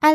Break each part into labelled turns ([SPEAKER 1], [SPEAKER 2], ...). [SPEAKER 1] 艾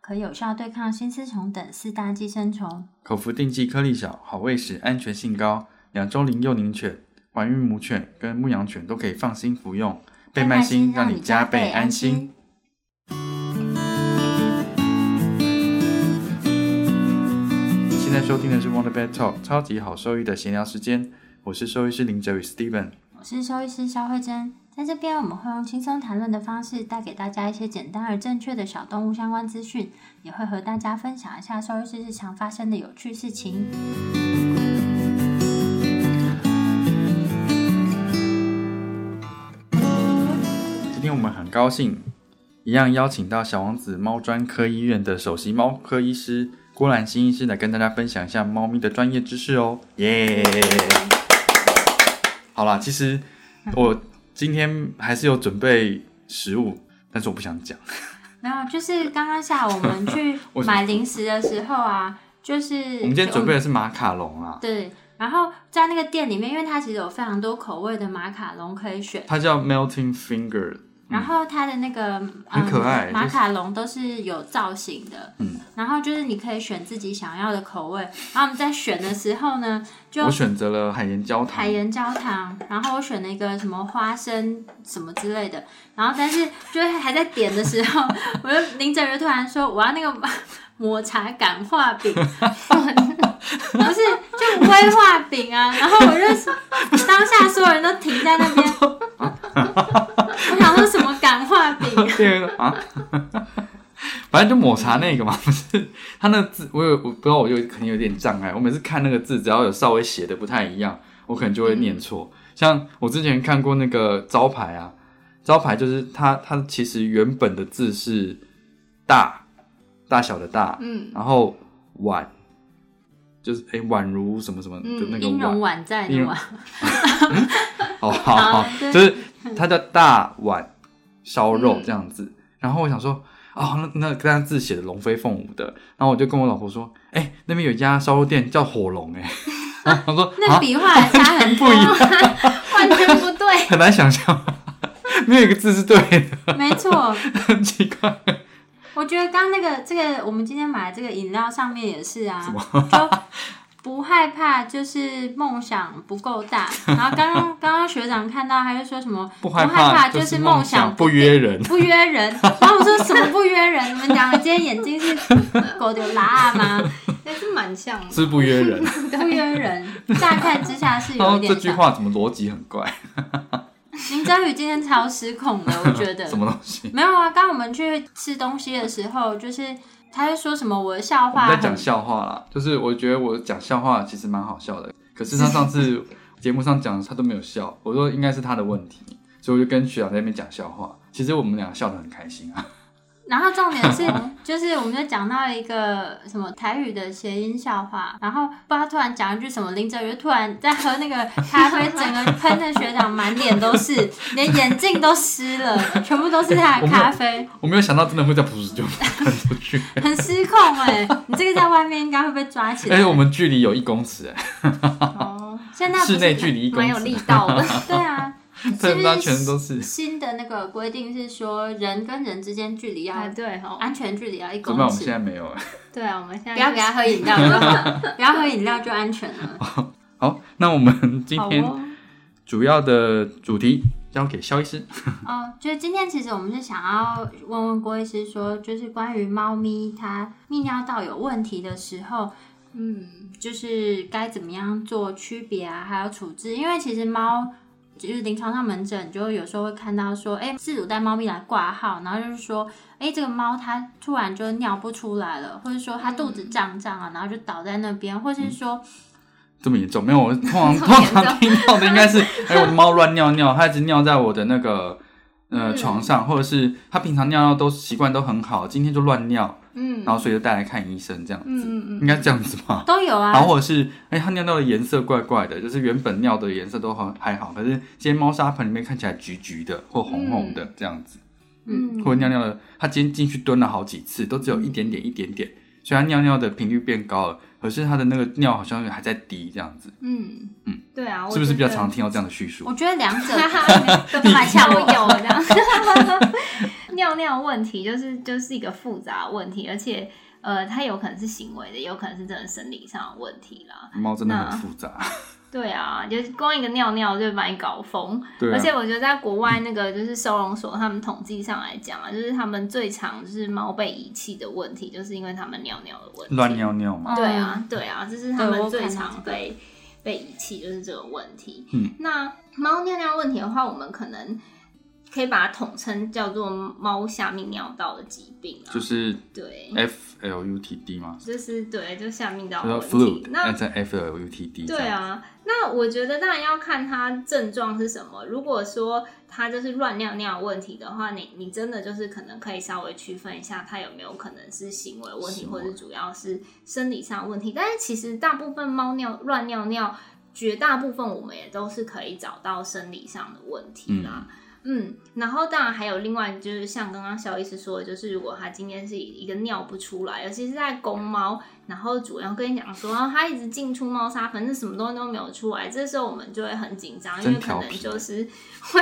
[SPEAKER 1] 可有效对抗新丝虫等四大寄生虫。
[SPEAKER 2] 口服定剂颗粒小，好喂食，安全性高。两周龄幼龄犬、怀孕母犬跟牧羊犬都可以放心服用。贝麦新让你加倍安心。你现在收听的是 Wonder Vet Talk 超级好兽医的闲聊时间，我是兽医师林哲宇 Steven。
[SPEAKER 1] 我是兽医师肖慧珍，在这边我们会用轻松谈论的方式带给大家一些简单而正确的小动物相关资讯，也会和大家分享一下兽医师日常发生的有趣事情。
[SPEAKER 2] 今天我们很高兴，一样邀请到小王子猫专科医院的首席猫科医师郭兰心医师来跟大家分享一下猫咪的专业知识哦，耶、好啦，其实我今天还是有准备食物，但是我不想讲。
[SPEAKER 1] 没有，就是刚刚下午我们去
[SPEAKER 2] 为什么
[SPEAKER 1] 买零食的时候啊，就是
[SPEAKER 2] 我们今天准备的是马卡龙啊，
[SPEAKER 1] 对，然后在那个店里面，因为它其实有非常多口味的马卡龙可以选。
[SPEAKER 2] 它叫 Melting Finger，
[SPEAKER 1] 然后它的那个、嗯、
[SPEAKER 2] 很可爱
[SPEAKER 1] 马
[SPEAKER 2] 就是
[SPEAKER 1] 卡龙都是有造型的，
[SPEAKER 2] 嗯，
[SPEAKER 1] 然后就是你可以选自己想要的口味。然后我们在选的时候呢，就
[SPEAKER 2] 我选择了海盐焦糖
[SPEAKER 1] 海。盐焦糖，然后我选了一个什么花生什么之类的，然后但是就是还在点的时候， 我就林哲就突然说我要那个抹茶感化饼，不是就威化饼啊，然后我 就当下所有人都停在那边，我想说什么感化饼，
[SPEAKER 2] 店员说 啊，反正就抹茶那个嘛， 不是他那个字，我有我不知道，我有可能有点障碍。我每次看那个字，只要有稍微写的不太一样，我可能就会念错。像我之前看过那个招牌啊，招牌就是它它其实原本的字是大大小的大，
[SPEAKER 1] 嗯，
[SPEAKER 2] 然后宛就是哎、宛如什么什么的那
[SPEAKER 1] 嗯，
[SPEAKER 2] 个
[SPEAKER 1] 音
[SPEAKER 2] 宛
[SPEAKER 1] 容，宛在
[SPEAKER 2] 音
[SPEAKER 1] 的
[SPEAKER 2] 容
[SPEAKER 1] 嘛，
[SPEAKER 2] 好好哦 好
[SPEAKER 1] 好，对嗯
[SPEAKER 2] 就是它叫大碗烧肉这样子。然后我想说，哦，那那那字写的龙飞凤舞的。然后我就跟我老婆说，哎、那边有一家烧肉店叫火龙、哎， 然后我说
[SPEAKER 1] 那
[SPEAKER 2] 啊，
[SPEAKER 1] 笔画还差很多，
[SPEAKER 2] 完全
[SPEAKER 1] 完全不对，
[SPEAKER 2] 很难想象，没有一个字是对的，
[SPEAKER 1] 没错。
[SPEAKER 2] 很奇怪。
[SPEAKER 1] 我觉得刚那个这个，我们今天买的这个饮料上面也是啊，就不害怕，就是梦想不够大。然后刚刚刚刚学长看到，他就说什么
[SPEAKER 2] 不
[SPEAKER 1] 害
[SPEAKER 2] 害
[SPEAKER 1] 怕
[SPEAKER 2] 就
[SPEAKER 1] 就是
[SPEAKER 2] 梦
[SPEAKER 1] 想
[SPEAKER 2] 不约人。
[SPEAKER 1] 不约人，然后我说什么不约人？你们两个今天眼睛是狗丢拉吗？
[SPEAKER 3] 那是蛮像的。
[SPEAKER 2] 是不约人，
[SPEAKER 1] 不约人，乍看之下是
[SPEAKER 2] 然
[SPEAKER 1] 有一
[SPEAKER 2] 后哦这
[SPEAKER 1] 点
[SPEAKER 2] 句
[SPEAKER 1] 像。
[SPEAKER 2] 话怎么逻辑很怪？
[SPEAKER 1] 林真宇今天超失控的，我觉得
[SPEAKER 2] 什么东西？
[SPEAKER 1] 没有啊。刚刚我们去吃东西的时候，就是他就说什么我的笑
[SPEAKER 2] 我
[SPEAKER 1] 话
[SPEAKER 2] 们在
[SPEAKER 1] 很
[SPEAKER 2] 讲笑话啦，就是我觉得我讲笑话其实蛮好笑的，可是他上 次节目上讲他都没有笑，我说应该是他的问题，所以我就跟学长在那边讲笑话，其实我们俩笑得很开心啊。
[SPEAKER 1] 然后重点是， 就是我们就讲到一个什么台语的谐音笑话，然后不知道突然讲一句什么，林哲宇就突然在喝那个咖啡，整个喷的学长满脸都是，连眼镜都湿了，全部都是他的咖啡，
[SPEAKER 2] 哎我没有想到真的会这样噗就喷出 去，
[SPEAKER 1] 很失控哎、你这个在外面应该会被抓起来。
[SPEAKER 2] 而且我们距离有一公尺哎、
[SPEAKER 3] 哦，
[SPEAKER 1] 现在不是
[SPEAKER 2] 室内距离一公
[SPEAKER 3] 蛮有
[SPEAKER 2] 尺
[SPEAKER 3] 力，道 的。
[SPEAKER 1] 对 啊，
[SPEAKER 2] 对，
[SPEAKER 1] 是
[SPEAKER 2] 那全都是。
[SPEAKER 1] 新的那个规定是说人跟人之间距离要
[SPEAKER 3] 啊，对哦，
[SPEAKER 1] 安全距离要一
[SPEAKER 2] 怎么
[SPEAKER 1] 公
[SPEAKER 2] 办？我们现
[SPEAKER 1] 尺，
[SPEAKER 2] 在没有哎。
[SPEAKER 3] 对啊，我们现在
[SPEAKER 1] 不要给他喝饮料就好，不要喝饮料就安全了。
[SPEAKER 2] 好，那我们今
[SPEAKER 1] 好
[SPEAKER 2] 天
[SPEAKER 1] 哦。
[SPEAKER 2] 主要的主题交给肖医师。
[SPEAKER 1] 哦，就是今天其实我们是想要问问郭医师说，就是关于猫咪它泌尿道有问题的时候，
[SPEAKER 3] 嗯，
[SPEAKER 1] 就是该怎么样做区别啊，还有处置，因为其实猫。就是临床上门诊，就有时候会看到说，哎、饲主带猫咪来挂号，然后就是说，哎、这个猫它突然就尿不出来了，或者说它肚子胀胀啊，然后就倒在那边，或是说
[SPEAKER 2] 这么严重？没 有，我通常
[SPEAKER 3] 这
[SPEAKER 2] 通
[SPEAKER 3] 么严重
[SPEAKER 2] 常听到的应 该是，哎、我的猫乱尿尿，它一直尿在我的那个呃、
[SPEAKER 3] 嗯
[SPEAKER 2] 床上，或者是它平常尿尿都习惯都很好，今天就乱尿，
[SPEAKER 3] 嗯，
[SPEAKER 2] 然后所以就带来看医生这样子，
[SPEAKER 3] 嗯嗯嗯
[SPEAKER 2] 应该这样子吧？
[SPEAKER 1] 都有
[SPEAKER 2] 然
[SPEAKER 1] 啊，
[SPEAKER 2] 后或者是，哎、它尿尿的颜色怪怪的，就是原本尿的颜色都好还好，可是今天猫砂盆里面看起来橘橘的或红红的这样子，
[SPEAKER 3] 嗯
[SPEAKER 2] 或者尿尿的，它今天进去蹲了好几次，都只有一点点一点点，所以它尿尿的频率变高了，可是它的那个尿好像还在滴这样子，
[SPEAKER 3] 嗯嗯，对啊，我
[SPEAKER 2] 是不是比较
[SPEAKER 3] 觉得哦
[SPEAKER 2] 常？听到这样的叙述
[SPEAKER 1] 我？觉得两 者嗯
[SPEAKER 3] 哈哈，
[SPEAKER 1] 都蛮像
[SPEAKER 3] 都
[SPEAKER 1] 我
[SPEAKER 3] 有的。尿尿问题就是就是一个复杂问题，而且呃，它有可能是行为的，也有可能是真的生理上的问题啦。
[SPEAKER 2] 猫真的
[SPEAKER 3] 那
[SPEAKER 2] 很复杂，
[SPEAKER 3] 对啊，就是光一个尿尿就把你搞疯，
[SPEAKER 2] 对
[SPEAKER 3] 而
[SPEAKER 2] 啊
[SPEAKER 3] 且，我觉得在国外那个就是收容所，他们统计上来讲啊，就是他们最常就是猫被遗弃的问题，就是因为他们尿尿的问题。
[SPEAKER 2] 乱。尿尿嘛，
[SPEAKER 3] 对啊，对啊，这是他
[SPEAKER 1] 对我
[SPEAKER 3] 们
[SPEAKER 1] 有
[SPEAKER 3] 最
[SPEAKER 1] 看到
[SPEAKER 3] 常
[SPEAKER 1] 这个
[SPEAKER 3] 被被遗弃，就是这个问题。
[SPEAKER 2] 嗯，
[SPEAKER 3] 那猫尿尿问题的话，我们可能可以把它统称叫做猫下泌尿道的疾病啊。
[SPEAKER 2] 就是
[SPEAKER 3] 对，
[SPEAKER 2] F L U T D 嘛，
[SPEAKER 3] 就是对，就下泌道
[SPEAKER 2] 就
[SPEAKER 3] 问
[SPEAKER 2] 是
[SPEAKER 3] 题
[SPEAKER 2] fluid，。
[SPEAKER 3] 那
[SPEAKER 2] 那在 F L U T D，
[SPEAKER 3] 对，啊，那我觉得当然要看他症状是什么。如果说他就是乱尿尿问题的话，你你真的就是可能可以稍微区分一下，他有没有可能是行为问题，
[SPEAKER 2] 行
[SPEAKER 3] 或
[SPEAKER 2] 为
[SPEAKER 3] 者主要是生理上的问题。但是其实大部分猫尿乱尿尿，绝大部分我们也都是可以找到生理上的问题啦。嗯，然后当然还有另外就是像刚刚肖医师说的，就是如果它今天是一个尿不出来，尤其是在公猫，然后主人跟你讲说啊它一直进出猫砂盆，那什么东西都没有出来，这时候我们就会很紧张，因为
[SPEAKER 2] 真
[SPEAKER 3] 可
[SPEAKER 2] 调
[SPEAKER 3] 能
[SPEAKER 2] 皮
[SPEAKER 3] 就是 会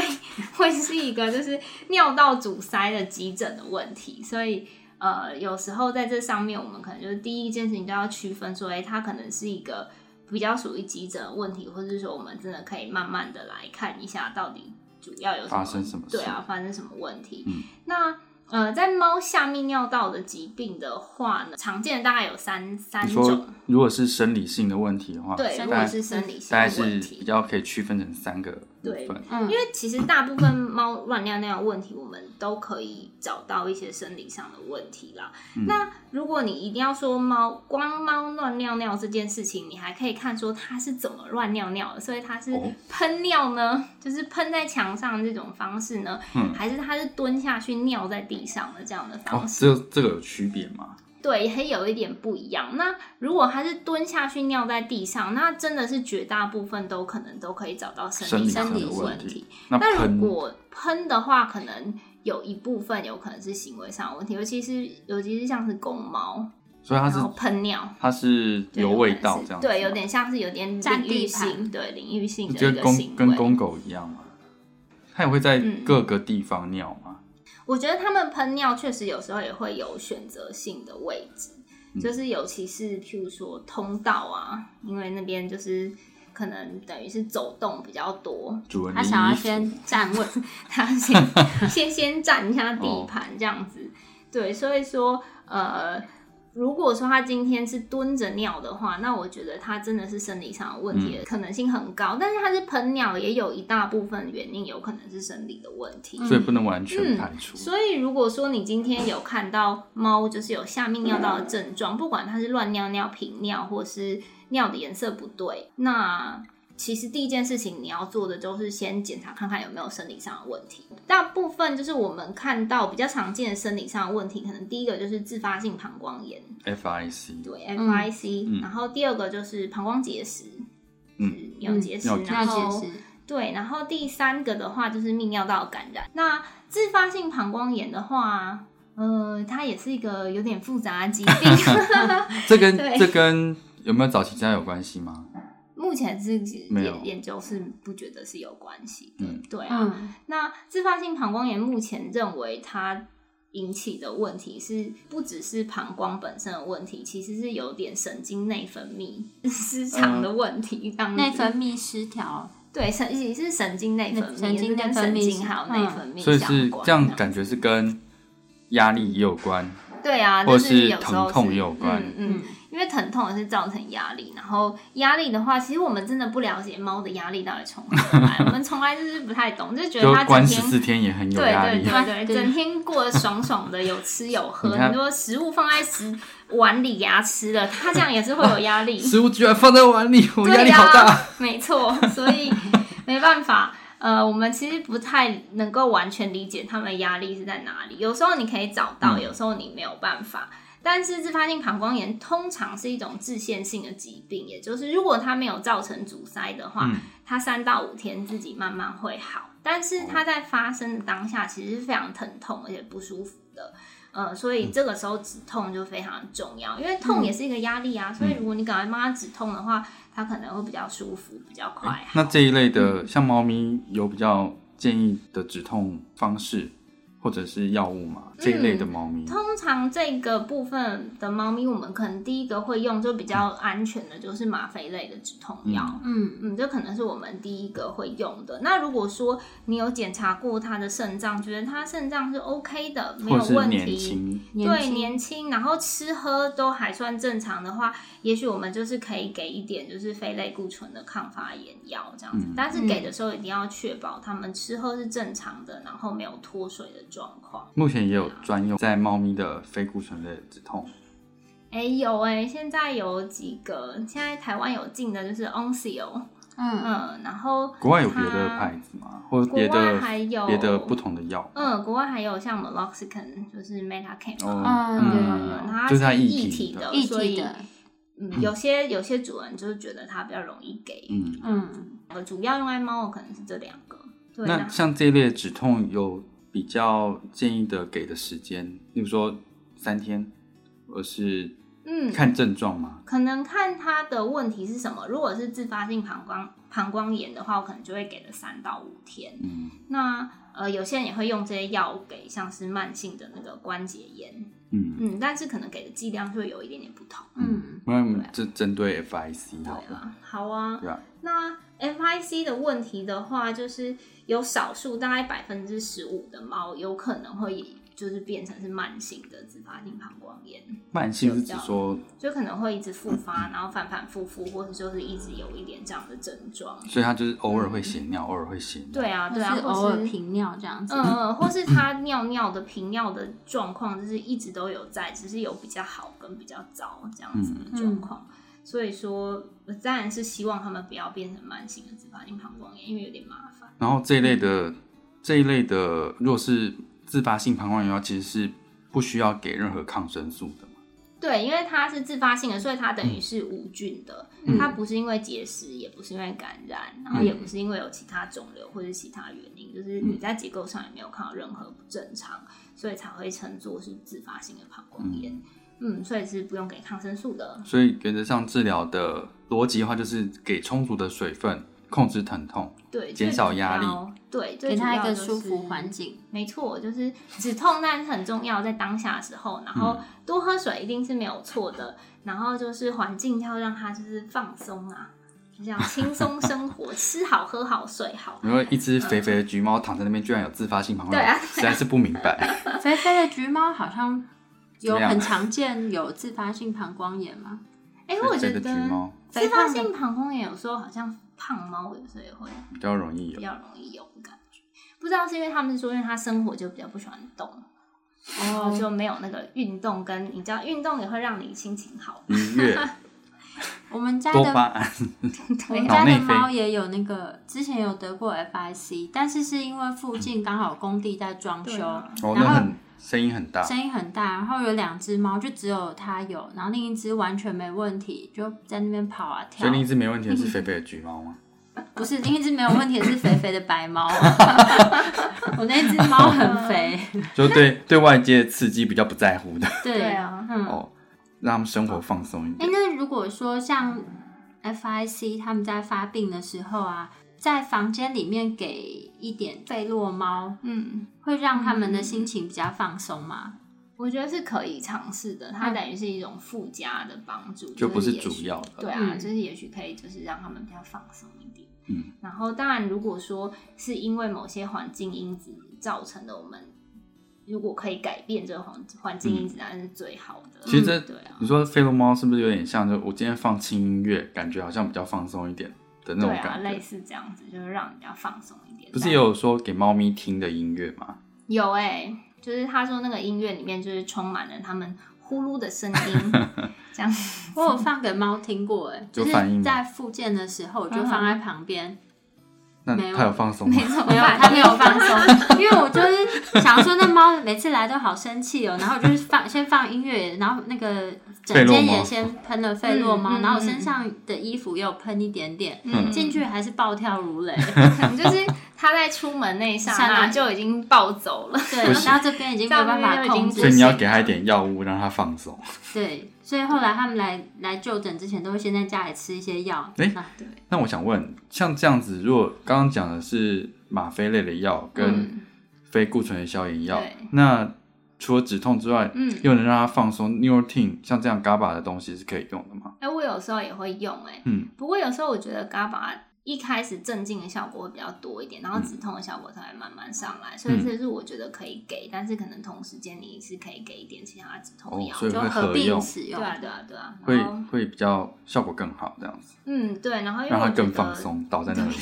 [SPEAKER 3] 会是一个就是尿道阻塞的急诊的问题，所以。呃，有时候在这上面，我们可能就是第一件事情就要区分说，哎、它可能是一个比较属于急诊的问题，或者是说我们真的可以慢慢的来看一下到底主要有什么
[SPEAKER 2] 发生什么事
[SPEAKER 3] 对啊，发生什么问题？
[SPEAKER 2] 嗯
[SPEAKER 3] 那呃，在猫下泌尿道的疾病的话呢，常见的大概有三三
[SPEAKER 2] 你
[SPEAKER 3] 种
[SPEAKER 2] 说，如果是生理性的问题的话，
[SPEAKER 3] 对，
[SPEAKER 1] 生
[SPEAKER 3] 如
[SPEAKER 1] 理
[SPEAKER 3] 果是生理性
[SPEAKER 2] 大概
[SPEAKER 3] 的
[SPEAKER 2] 是
[SPEAKER 3] 问
[SPEAKER 2] 比
[SPEAKER 3] 题。
[SPEAKER 2] 较可以区分成三个部分。哦
[SPEAKER 1] 嗯，
[SPEAKER 3] 因为其实大部分猫乱尿尿的问题，我们都可以找到一些生理上的问题啦。
[SPEAKER 2] 嗯
[SPEAKER 3] 那如果你一定要说猫光猫乱尿尿这件事情，你还可以看说它是怎么乱尿尿的，所以它是
[SPEAKER 2] 哦
[SPEAKER 3] 喷尿呢，就是喷在墙上这种方式呢，
[SPEAKER 2] 嗯
[SPEAKER 3] 还是它是蹲下去尿在地上的这样的方
[SPEAKER 2] 哦，
[SPEAKER 3] 式？
[SPEAKER 2] 只有这个有区别吗？
[SPEAKER 3] 对，还有一点不一样。那如果它是蹲下去尿在地上，那真的是绝大部分都可能都可以找到生理
[SPEAKER 2] 生
[SPEAKER 3] 生
[SPEAKER 2] 理上的
[SPEAKER 3] 问
[SPEAKER 2] 问题。那
[SPEAKER 3] 那
[SPEAKER 2] 喷
[SPEAKER 3] 如果喷的话，可能有一部分有可能是行为上的问题，尤其是尤其是像是公猫，
[SPEAKER 2] 所以它
[SPEAKER 3] 然
[SPEAKER 2] 是
[SPEAKER 3] 后喷尿，
[SPEAKER 2] 它是
[SPEAKER 3] 就
[SPEAKER 2] 有
[SPEAKER 3] 可
[SPEAKER 2] 味
[SPEAKER 3] 能
[SPEAKER 2] 道
[SPEAKER 3] 是
[SPEAKER 2] 这样子吗，
[SPEAKER 3] 对，有点像是有点
[SPEAKER 1] 占
[SPEAKER 3] 领域
[SPEAKER 1] 地盘
[SPEAKER 3] 性，对领域性
[SPEAKER 2] 你
[SPEAKER 3] 的
[SPEAKER 2] 觉
[SPEAKER 3] 一
[SPEAKER 2] 得
[SPEAKER 3] 个
[SPEAKER 2] 公
[SPEAKER 3] 行
[SPEAKER 2] 跟
[SPEAKER 3] 为。
[SPEAKER 2] 公狗一样吗？它也会在
[SPEAKER 3] 嗯
[SPEAKER 2] 各个地方尿吗？
[SPEAKER 3] 我觉得他们喷尿确实有时候也会有选择性的位置，就是尤其是譬如说通道啊，因为那边就是可能等于是走动比较多，
[SPEAKER 2] 主人
[SPEAKER 1] 他
[SPEAKER 2] 的
[SPEAKER 1] 想
[SPEAKER 2] 衣
[SPEAKER 1] 要
[SPEAKER 2] 服
[SPEAKER 1] 先站稳，
[SPEAKER 3] 他先先先占一下地盘这样子。对，所以说呃，如果说他今天是蹲着尿的话，那我觉得他真的是生理上的问题，可能性很高。但是他是喷尿，也有一大部分原因有可能是生理的问题。
[SPEAKER 2] 所以不能完全
[SPEAKER 3] 嗯
[SPEAKER 2] 排除。
[SPEAKER 3] 所以，如果说你今天有看到猫就是有下泌尿道的症状，不管它是乱尿尿、频尿，或是尿的颜色不对，那其实第一件事情你要做的就是先检查看看有没有生理上的问题。大部分就是我们看到比较常见的生理上的问题，可能第一个就是自发性膀胱炎，
[SPEAKER 2] FIC
[SPEAKER 3] 对
[SPEAKER 1] 嗯
[SPEAKER 3] FIC，、
[SPEAKER 2] 嗯
[SPEAKER 3] 然后第二个就是膀胱结石，
[SPEAKER 2] 嗯
[SPEAKER 3] 就是尿结石，
[SPEAKER 2] 嗯尿结
[SPEAKER 1] 要
[SPEAKER 3] 然后
[SPEAKER 1] 解释，
[SPEAKER 3] 对，然后第三个的话就是泌尿道感染。那自发性膀胱炎的话，呃，它也是一个有点复杂的疾 病，
[SPEAKER 2] 这跟
[SPEAKER 3] 对
[SPEAKER 2] 这跟有没有早期家有关系吗？
[SPEAKER 3] 目前是
[SPEAKER 2] 没有
[SPEAKER 3] 研研究是不觉得是有关系的。
[SPEAKER 2] 嗯
[SPEAKER 3] 对啊，
[SPEAKER 1] 嗯，
[SPEAKER 3] 那自发性膀胱炎目前认为它引起的问题是不只是膀胱本身的问题，其实是有点神经内分泌
[SPEAKER 2] 嗯
[SPEAKER 3] 失常的问题，这样子
[SPEAKER 1] 内分泌失调，
[SPEAKER 3] 对神也是神经内分泌，
[SPEAKER 1] 神经
[SPEAKER 3] 也是
[SPEAKER 1] 内
[SPEAKER 3] 跟
[SPEAKER 1] 分
[SPEAKER 3] 神
[SPEAKER 1] 泌
[SPEAKER 3] 经
[SPEAKER 1] 是
[SPEAKER 3] 还有
[SPEAKER 1] 嗯
[SPEAKER 3] 内分泌
[SPEAKER 2] 所以
[SPEAKER 3] 相
[SPEAKER 2] 是
[SPEAKER 3] 关啊
[SPEAKER 2] 这样
[SPEAKER 3] 的
[SPEAKER 2] 感觉是跟压力也有关，
[SPEAKER 3] 对啊，
[SPEAKER 2] 或
[SPEAKER 3] 就
[SPEAKER 2] 者是
[SPEAKER 3] 有时候
[SPEAKER 2] 疼痛
[SPEAKER 3] 是
[SPEAKER 2] 也有关
[SPEAKER 3] 嗯嗯，因为疼痛也是造成压力，然后压力的话，其实我们真的不了解猫的压力到底从何来，我们从来就是不太懂，就觉
[SPEAKER 2] 就
[SPEAKER 3] 得它整
[SPEAKER 2] 关十
[SPEAKER 3] 天。
[SPEAKER 2] 四天也很有
[SPEAKER 3] 对
[SPEAKER 2] 压
[SPEAKER 3] 对
[SPEAKER 2] 力。
[SPEAKER 3] 对对，
[SPEAKER 1] 对
[SPEAKER 3] 整天过得爽爽的，有吃有喝。
[SPEAKER 2] 你看
[SPEAKER 3] 你说食物放在食碗里给它吃了，它这样也是会有压力。
[SPEAKER 2] 食物居然放在碗里，我
[SPEAKER 3] 对啊
[SPEAKER 2] 压力
[SPEAKER 3] 呀，
[SPEAKER 2] 好大。
[SPEAKER 3] 没错，所以没办法，呃，我们其实不太能
[SPEAKER 2] 嗯
[SPEAKER 3] 够完全理解他们压力是在哪里。有时候你可以找到，有时候你没有办法。但是自发性膀胱炎通常是一种致限性的疾病，也就是如果它没有造成阻塞的话，
[SPEAKER 2] 嗯
[SPEAKER 3] 它三到五天自己慢慢会好。但是它在发生的当下其实是非常疼痛而且不舒服的，呃，所以这个时候止痛就非常重要，因为痛也是一个压力啊。所以如果你赶快帮它止痛的话，它可能会比较舒服，比较快好。
[SPEAKER 2] 哎那这一类的，像猫咪有比较建议的止痛方式或者是药物嘛？这一类的猫咪，
[SPEAKER 3] 嗯通常这个部分的猫咪，我们可能第一个会用就比较安全的，就是吗啡类的止痛药。
[SPEAKER 1] 嗯
[SPEAKER 3] 嗯，这可能是我们第一个会用的。那如果说你有检查过它的肾脏，觉得它肾脏是 OK 的，没
[SPEAKER 2] 或
[SPEAKER 3] 有
[SPEAKER 2] 者是
[SPEAKER 3] 问
[SPEAKER 2] 年
[SPEAKER 3] 题，
[SPEAKER 2] 轻，
[SPEAKER 3] 对
[SPEAKER 1] 轻
[SPEAKER 3] 年轻，然后吃喝都还算正常的话，也许我们就是可以给一点就是非类固醇的抗发炎药这样
[SPEAKER 2] 嗯
[SPEAKER 3] 子，但是给的时候一定要确保它们吃喝是正常的，然后没有脱水的状况。
[SPEAKER 2] 目前也有专用在猫咪的非固醇类的止痛，
[SPEAKER 3] 哎、有哎、现在有几个，现在台湾有进的就是 Oncio，
[SPEAKER 1] 嗯
[SPEAKER 3] 嗯，然后
[SPEAKER 2] 国外有别的牌子吗？或者
[SPEAKER 3] 啊国
[SPEAKER 2] 别
[SPEAKER 3] 外
[SPEAKER 2] 的
[SPEAKER 3] 还有
[SPEAKER 2] 别的不同的药？
[SPEAKER 3] 嗯，国外还有像 Meloxicam，就是 Metacam，、
[SPEAKER 2] 哦，
[SPEAKER 1] 嗯
[SPEAKER 3] 它
[SPEAKER 2] 就是它
[SPEAKER 3] 是
[SPEAKER 2] 液
[SPEAKER 3] 液
[SPEAKER 2] 体
[SPEAKER 3] 体
[SPEAKER 2] 的，
[SPEAKER 3] 的
[SPEAKER 1] 一
[SPEAKER 3] 所
[SPEAKER 1] 体
[SPEAKER 3] 以
[SPEAKER 1] 的，
[SPEAKER 3] 嗯，有些有些主人就是觉得它比较容易给。
[SPEAKER 2] 嗯，
[SPEAKER 1] 嗯
[SPEAKER 3] 主要用来猫的可能是这两个。对，
[SPEAKER 2] 那像这一类止痛有比较建议的给的时间，例如说三天，而是
[SPEAKER 3] 嗯，
[SPEAKER 2] 看症状嘛。
[SPEAKER 3] 可能看它的问题是什么。如果是自发性膀胱膀胱炎的话，我可能就会给了三到五天。
[SPEAKER 2] 嗯，
[SPEAKER 3] 那呃，有些人也会用这些药给像是慢性的那个关节炎，
[SPEAKER 2] 嗯，
[SPEAKER 3] 嗯，但是可能给的剂量就会有一点点不同。
[SPEAKER 1] 嗯，
[SPEAKER 2] 那我们就针对 FIC
[SPEAKER 3] 对
[SPEAKER 2] 好了，
[SPEAKER 3] 啊，好啊，
[SPEAKER 2] 对吧？
[SPEAKER 3] 那 FIC 的问题的话，就是有少数大概百分之十五的猫有可能会就是变成是慢性的自发性膀胱炎，
[SPEAKER 2] 慢性是指说，
[SPEAKER 3] 就可能会一直复发，然后反反复复，或者就是一直有一点这样的症状。
[SPEAKER 2] 所以它就是偶尔会血尿，偶尔会血尿。
[SPEAKER 3] 嗯对啊，
[SPEAKER 1] 就
[SPEAKER 3] 对啊，
[SPEAKER 1] 是偶
[SPEAKER 3] 或
[SPEAKER 1] 尔
[SPEAKER 3] 是
[SPEAKER 1] 频尿这样子，
[SPEAKER 3] 嗯嗯，或是它尿尿的频尿的状况，就是一直都有在，只是有比较好跟比较糟这样子的状况。所以说，我当然是希望他们不要变成慢性的自发性膀胱炎，因为有点麻烦。
[SPEAKER 2] 然后这一
[SPEAKER 3] 嗯
[SPEAKER 2] 类的这一类的，如果是自发性膀胱炎的话，其实是不需要给任何抗生素的嘛。
[SPEAKER 3] 对，因为它是自发性的，所以它等于是无菌的，它不是因为结石，也不是因为感染，然后也不是因为有其他肿瘤或者其他原因，就是你在结构上也没有看到任何不正常，所以才会称作是自发性的膀胱炎。嗯，所以是不用给抗生素的。
[SPEAKER 2] 所以原则上治疗的逻辑的话，就是给充足的水分，控制疼痛。
[SPEAKER 3] 对，
[SPEAKER 2] 减
[SPEAKER 3] 最
[SPEAKER 2] 少
[SPEAKER 3] 主
[SPEAKER 2] 压力
[SPEAKER 3] 要，对，最
[SPEAKER 1] 给
[SPEAKER 3] 主
[SPEAKER 1] 它一
[SPEAKER 3] 要
[SPEAKER 1] 个
[SPEAKER 3] 就
[SPEAKER 1] 舒服
[SPEAKER 3] 是
[SPEAKER 1] 环 境。
[SPEAKER 3] 没错，就是止痛，但是很重要，在当下的时候，然
[SPEAKER 2] 嗯
[SPEAKER 3] 后多喝水一定是没有错的，然后就是环境要让它就是放松啊，就这样轻松生活，吃好喝好睡好。
[SPEAKER 2] 因为一只肥肥的橘猫躺在那边，居然有自发性膀胱炎，
[SPEAKER 3] 对啊
[SPEAKER 2] 实在是不明白。
[SPEAKER 1] 肥肥的橘猫好像有
[SPEAKER 2] 怎么样
[SPEAKER 1] 很常见有自发性膀胱炎吗？
[SPEAKER 3] 哎、我
[SPEAKER 2] 肥
[SPEAKER 3] 觉
[SPEAKER 2] 肥的橘
[SPEAKER 3] 得
[SPEAKER 2] 猫
[SPEAKER 3] 自
[SPEAKER 1] 肥
[SPEAKER 3] 发
[SPEAKER 1] 胖的
[SPEAKER 3] 性膀胱炎有时候好像胖猫有时候也会
[SPEAKER 2] 比较容易有
[SPEAKER 3] 比。较容易有感觉，不知道是因为他们说，因为他生活就比较不喜欢动，然后
[SPEAKER 1] 哦，
[SPEAKER 3] 就没有那个运动跟你知道运动也会让你心情好，
[SPEAKER 2] 愉 悦、
[SPEAKER 1] 我们家
[SPEAKER 2] 多
[SPEAKER 1] 的
[SPEAKER 2] 巴胺，
[SPEAKER 1] 我们
[SPEAKER 3] 对啊，
[SPEAKER 1] 家
[SPEAKER 2] 脑内
[SPEAKER 1] 的
[SPEAKER 2] 啡
[SPEAKER 1] 猫也有那个，之前有得过 FIC，但是是因为附近刚好工地在装
[SPEAKER 3] 对
[SPEAKER 1] 修，
[SPEAKER 3] 啊
[SPEAKER 2] 哦，
[SPEAKER 1] 然
[SPEAKER 2] 那
[SPEAKER 1] 后
[SPEAKER 2] 很声音很大，
[SPEAKER 1] 声音很大，然后有两只猫就只有它有，然后另一只完全没问题，就在那边跑啊
[SPEAKER 2] 所
[SPEAKER 1] 跳
[SPEAKER 2] 以。另一只没问题的是肥肥的橘猫吗？
[SPEAKER 1] 不是另一只没有问题的是肥肥的白 猫，我那只猫很 肥，
[SPEAKER 2] 就对对外界刺激比较不在乎的，
[SPEAKER 1] 对
[SPEAKER 3] 对啊
[SPEAKER 1] 嗯。
[SPEAKER 2] 哦让他们生活放松一
[SPEAKER 1] 哎、
[SPEAKER 2] 点。
[SPEAKER 1] 那如果说像 FIC 他们在发病的时候啊，在房间里面给一点费洛猫，
[SPEAKER 3] 嗯。
[SPEAKER 1] 会让他们的心情比较放松吗？
[SPEAKER 2] 嗯
[SPEAKER 3] 我觉得是可以尝试的，它
[SPEAKER 1] 嗯
[SPEAKER 3] 等于是一种附加的帮助，
[SPEAKER 2] 就不是
[SPEAKER 3] 也许
[SPEAKER 2] 主要的
[SPEAKER 3] 对啊，
[SPEAKER 1] 嗯
[SPEAKER 3] 就是也许可以就是让他们比较放松一点。
[SPEAKER 2] 嗯，
[SPEAKER 3] 然后当然，如果说是因为某些环境因子造成的，我们如果可以改变这个环环境因子，当然是最好的。
[SPEAKER 2] 嗯其实这
[SPEAKER 3] 嗯对啊，
[SPEAKER 2] 你说费洛猫是不是有点像？就我今天放轻音乐，感觉好像比较放松一点的那种
[SPEAKER 3] 对啊，
[SPEAKER 2] 感觉。
[SPEAKER 3] 类似这样子，就是让人家放松一点。
[SPEAKER 2] 不是
[SPEAKER 3] 但
[SPEAKER 2] 也有说给猫咪听的音乐吗？
[SPEAKER 3] 有哎、就是他说那个音乐里面就是充满了他们呼噜的 声音，这样
[SPEAKER 1] 我有放给猫听过、哎，
[SPEAKER 2] 有
[SPEAKER 1] 就
[SPEAKER 2] 反应
[SPEAKER 1] 是
[SPEAKER 2] 吗
[SPEAKER 1] 在复健的时候，我就放在旁边，
[SPEAKER 2] 那
[SPEAKER 1] 没有
[SPEAKER 2] 它有放松吗
[SPEAKER 1] 没？错，
[SPEAKER 3] 哦
[SPEAKER 1] 没有，它没有放松，因为我就是想说，那猫每次来都好生气哦，然后我就是放先放音乐，然后那个
[SPEAKER 2] 费
[SPEAKER 1] 整
[SPEAKER 2] 洛
[SPEAKER 1] 间
[SPEAKER 2] 蒙
[SPEAKER 1] 也先喷了费洛蒙，
[SPEAKER 3] 嗯嗯
[SPEAKER 1] 然后
[SPEAKER 3] 嗯
[SPEAKER 1] 身上的衣服又喷一点点，
[SPEAKER 2] 嗯
[SPEAKER 1] 进去还是暴跳如雷，
[SPEAKER 3] 可能就是他在出门那一刹
[SPEAKER 1] 刹
[SPEAKER 3] 那
[SPEAKER 1] 那
[SPEAKER 3] 就已经暴走了。
[SPEAKER 1] 对，然后这边已经没有办法控
[SPEAKER 2] 所
[SPEAKER 1] 制
[SPEAKER 2] 以，你要给它一点药物，让它放松。
[SPEAKER 1] 对，所以后来他们来来就诊之前，都会先在家里吃一些药，
[SPEAKER 2] 诶
[SPEAKER 1] 啊
[SPEAKER 2] 那我想问，像这样子，如果刚刚讲的是吗啡类的药跟
[SPEAKER 3] 嗯
[SPEAKER 2] 非固醇的消炎药，
[SPEAKER 3] 对
[SPEAKER 2] 那除了止痛之外，
[SPEAKER 3] 嗯，
[SPEAKER 2] 又能让它放松 n e u r o t i n 像这样 GABA 的东西是可以用的吗？
[SPEAKER 3] 哎、我有时候也会用哎、
[SPEAKER 2] 嗯，
[SPEAKER 3] 不过有时候我觉得 GABA 一开始镇静的效果会比较多一点，然
[SPEAKER 2] 嗯
[SPEAKER 3] 后止痛的效果才会慢慢上来，所以这是我觉得可以给，但是可能同时间你是可以给一点其他止痛
[SPEAKER 2] 哦
[SPEAKER 3] 药。
[SPEAKER 2] 所以
[SPEAKER 1] 就
[SPEAKER 2] 会
[SPEAKER 1] 合
[SPEAKER 2] 合
[SPEAKER 1] 并
[SPEAKER 2] 用
[SPEAKER 1] 使
[SPEAKER 3] 对
[SPEAKER 1] 用，
[SPEAKER 3] 啊，对啊，对啊，
[SPEAKER 2] 会
[SPEAKER 3] 然后
[SPEAKER 2] 会比较效果更好，这样子
[SPEAKER 3] 嗯，对，然后因为
[SPEAKER 2] 让它
[SPEAKER 3] 我觉
[SPEAKER 2] 更
[SPEAKER 3] 得
[SPEAKER 2] 放松，倒在那里。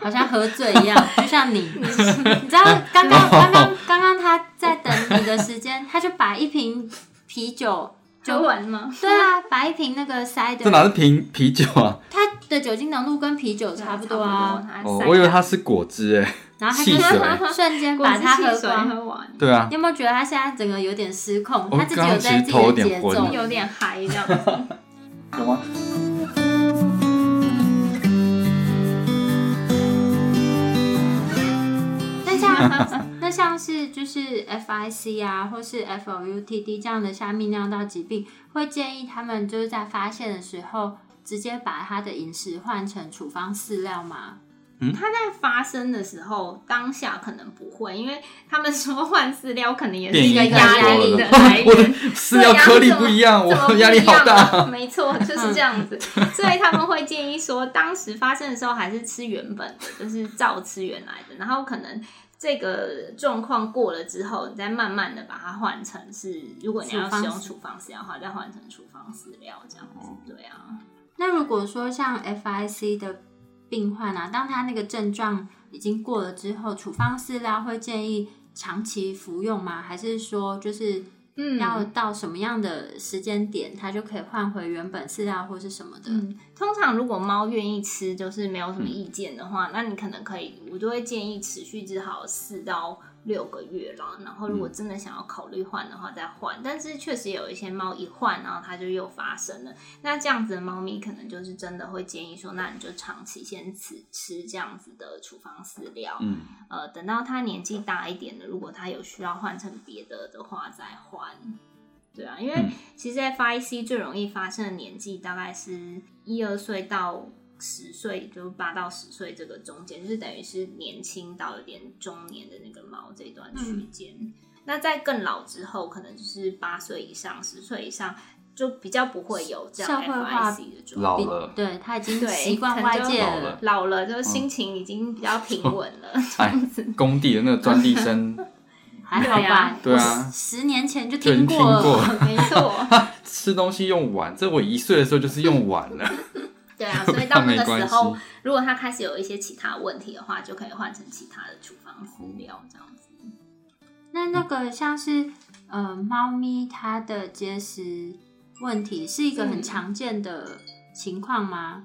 [SPEAKER 1] 好像喝醉一样，就像你，你知道刚 刚刚刚刚刚他在等你的时间，他就把一瓶啤酒，
[SPEAKER 3] 就完吗？
[SPEAKER 1] 对啊，把一瓶那个塞
[SPEAKER 2] 这哪
[SPEAKER 1] 的，
[SPEAKER 2] 是瓶啤酒啊？
[SPEAKER 1] 它的酒精浓度跟啤酒差不多啊，
[SPEAKER 3] 差不
[SPEAKER 2] 哦
[SPEAKER 3] 多，它，
[SPEAKER 2] 我以为
[SPEAKER 3] 塞
[SPEAKER 2] 它是果汁哎诶。
[SPEAKER 3] 啊
[SPEAKER 1] 然后他
[SPEAKER 2] 汽水
[SPEAKER 1] 就 瞬间
[SPEAKER 3] 果
[SPEAKER 1] 把
[SPEAKER 3] 汁
[SPEAKER 1] 它
[SPEAKER 3] 汽
[SPEAKER 1] 喝
[SPEAKER 3] 水
[SPEAKER 1] 光。
[SPEAKER 3] 喝完，
[SPEAKER 2] 对啊
[SPEAKER 1] 你，有没有觉得他现在整个有点失控？
[SPEAKER 2] 我
[SPEAKER 1] 他自己
[SPEAKER 2] 刚刚
[SPEAKER 1] 有在
[SPEAKER 2] 其
[SPEAKER 1] 自
[SPEAKER 2] 实
[SPEAKER 1] 己
[SPEAKER 2] 头有
[SPEAKER 1] 的
[SPEAKER 2] 点
[SPEAKER 1] 节
[SPEAKER 2] 昏
[SPEAKER 1] 奏，
[SPEAKER 3] 有点嗨这样子。
[SPEAKER 2] 有吗？
[SPEAKER 1] 那像那像是就是 FIC 啊，或是 FOUTD 这样的下泌尿道疾病，会建议他们就是在发现的时候，直接把他的饮食换成处方饲料吗？
[SPEAKER 3] 发生的时候，当下可能不会，因为他们说换饲料可能也是
[SPEAKER 2] 变
[SPEAKER 3] 一个
[SPEAKER 2] 异
[SPEAKER 3] 压
[SPEAKER 2] 太多
[SPEAKER 3] 力
[SPEAKER 2] 了
[SPEAKER 3] 的来
[SPEAKER 2] 我的
[SPEAKER 3] 源。
[SPEAKER 2] 饲
[SPEAKER 3] 啊
[SPEAKER 2] 料颗粒不一样，
[SPEAKER 3] 对啊
[SPEAKER 2] 我压力好大。。
[SPEAKER 3] 怎么不一样啊没错，就是这样 子。所以他们会建议说，当时发生的时候还是吃原本的，就是照吃原来的，然后可能。这个状况过了之后，你再慢慢的把它换成是，如果你要
[SPEAKER 1] 处方
[SPEAKER 3] 使用
[SPEAKER 1] 饲
[SPEAKER 3] 处方饲料的话，再换成处方饲料这样子，对啊。
[SPEAKER 1] 那如果说像 FIC 的病患啊，当他那个症状已经过了之后，处方饲料会建议长期服用吗？还是说就是
[SPEAKER 3] 嗯
[SPEAKER 1] 要到什么样的时间点，它就可以换回原本饲料或是什么的？
[SPEAKER 3] 嗯，通常如果猫愿意吃，就是没有什么意见的话，那你可能可以，我就会建议持续至少四到六个月啦。然后如果真的想要考虑换的话，再换。但是确实有一些猫一换，然后它就又发生了。那这样子的猫咪可能就是真的会建议说，那你就长期先吃吃这样子的处方饲料，
[SPEAKER 2] 嗯，
[SPEAKER 3] 呃，等到它年纪大一点了，如果它有需要换成别的的话再换。对啊，因为
[SPEAKER 2] 嗯
[SPEAKER 3] 其实 FIC 最容易发生的年纪大概是一二岁到十岁，就是八到十岁这个中间，就是等于是年轻到有点中年的那个猫这段
[SPEAKER 1] 嗯
[SPEAKER 3] 区间。那在更老之后，可能就是八岁以上、十岁以上，就比较不会有这样
[SPEAKER 1] 社会化
[SPEAKER 3] FIC 的状
[SPEAKER 2] 老
[SPEAKER 3] 况。
[SPEAKER 2] 了，
[SPEAKER 1] 对他已经
[SPEAKER 3] 对
[SPEAKER 1] 习惯外界
[SPEAKER 2] 可能就老了
[SPEAKER 3] 老了就心情已经比较平稳了， 这
[SPEAKER 2] 哎
[SPEAKER 3] 样子。
[SPEAKER 2] 工地的那个钻地 声，
[SPEAKER 1] 还好吧？
[SPEAKER 2] 对啊
[SPEAKER 1] 我十十年前就
[SPEAKER 2] 就已
[SPEAKER 1] 听
[SPEAKER 2] 经
[SPEAKER 1] 过
[SPEAKER 2] 听
[SPEAKER 1] 了。
[SPEAKER 2] 过。
[SPEAKER 3] 没错，
[SPEAKER 2] 吃东西用碗，这我一岁的时候就是用碗了，
[SPEAKER 3] 对 啊，所以到那
[SPEAKER 2] 没
[SPEAKER 3] 个时
[SPEAKER 2] 关系。
[SPEAKER 3] 候，如果他开始有一些其他问题的话，就可以换成其他的处方饲料这样子。
[SPEAKER 1] 那那个像是呃，猫咪它的结石问题是一个很
[SPEAKER 3] 嗯
[SPEAKER 1] 常见的情况吗？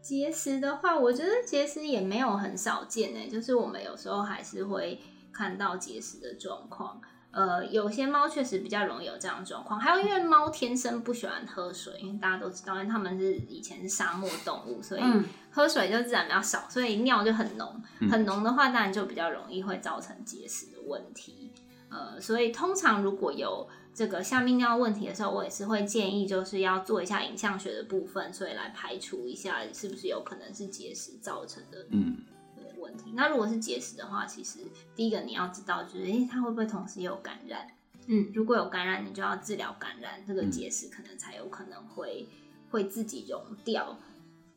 [SPEAKER 3] 结石的话，我觉得结石也没有很少见呢、欸就是我们有时候还是会看到结石的状况。呃，有些猫确实比较容易有这样的状况，还有因为猫天生不喜欢喝水，因为大家都知道，因为它们是以前是沙漠动物，所以
[SPEAKER 1] 嗯，
[SPEAKER 3] 喝水就自然比较少，所以尿就很浓，
[SPEAKER 2] 嗯
[SPEAKER 3] 很浓的话，当然就比较容易会造成结石的问题。呃，所以通常如果有这个下泌尿问题的时候，我也是会建议就是要做一下影像学的部分，所以来排除一下是不是有可能是结石造成的
[SPEAKER 2] 嗯，
[SPEAKER 3] 问题。那如果是结石的话，其实第一个你要知道就是，诶、它会不会同时有感染？
[SPEAKER 1] 嗯，
[SPEAKER 3] 如果有感染，你就要治疗感染，这个结石可能才有可能会会自己溶掉。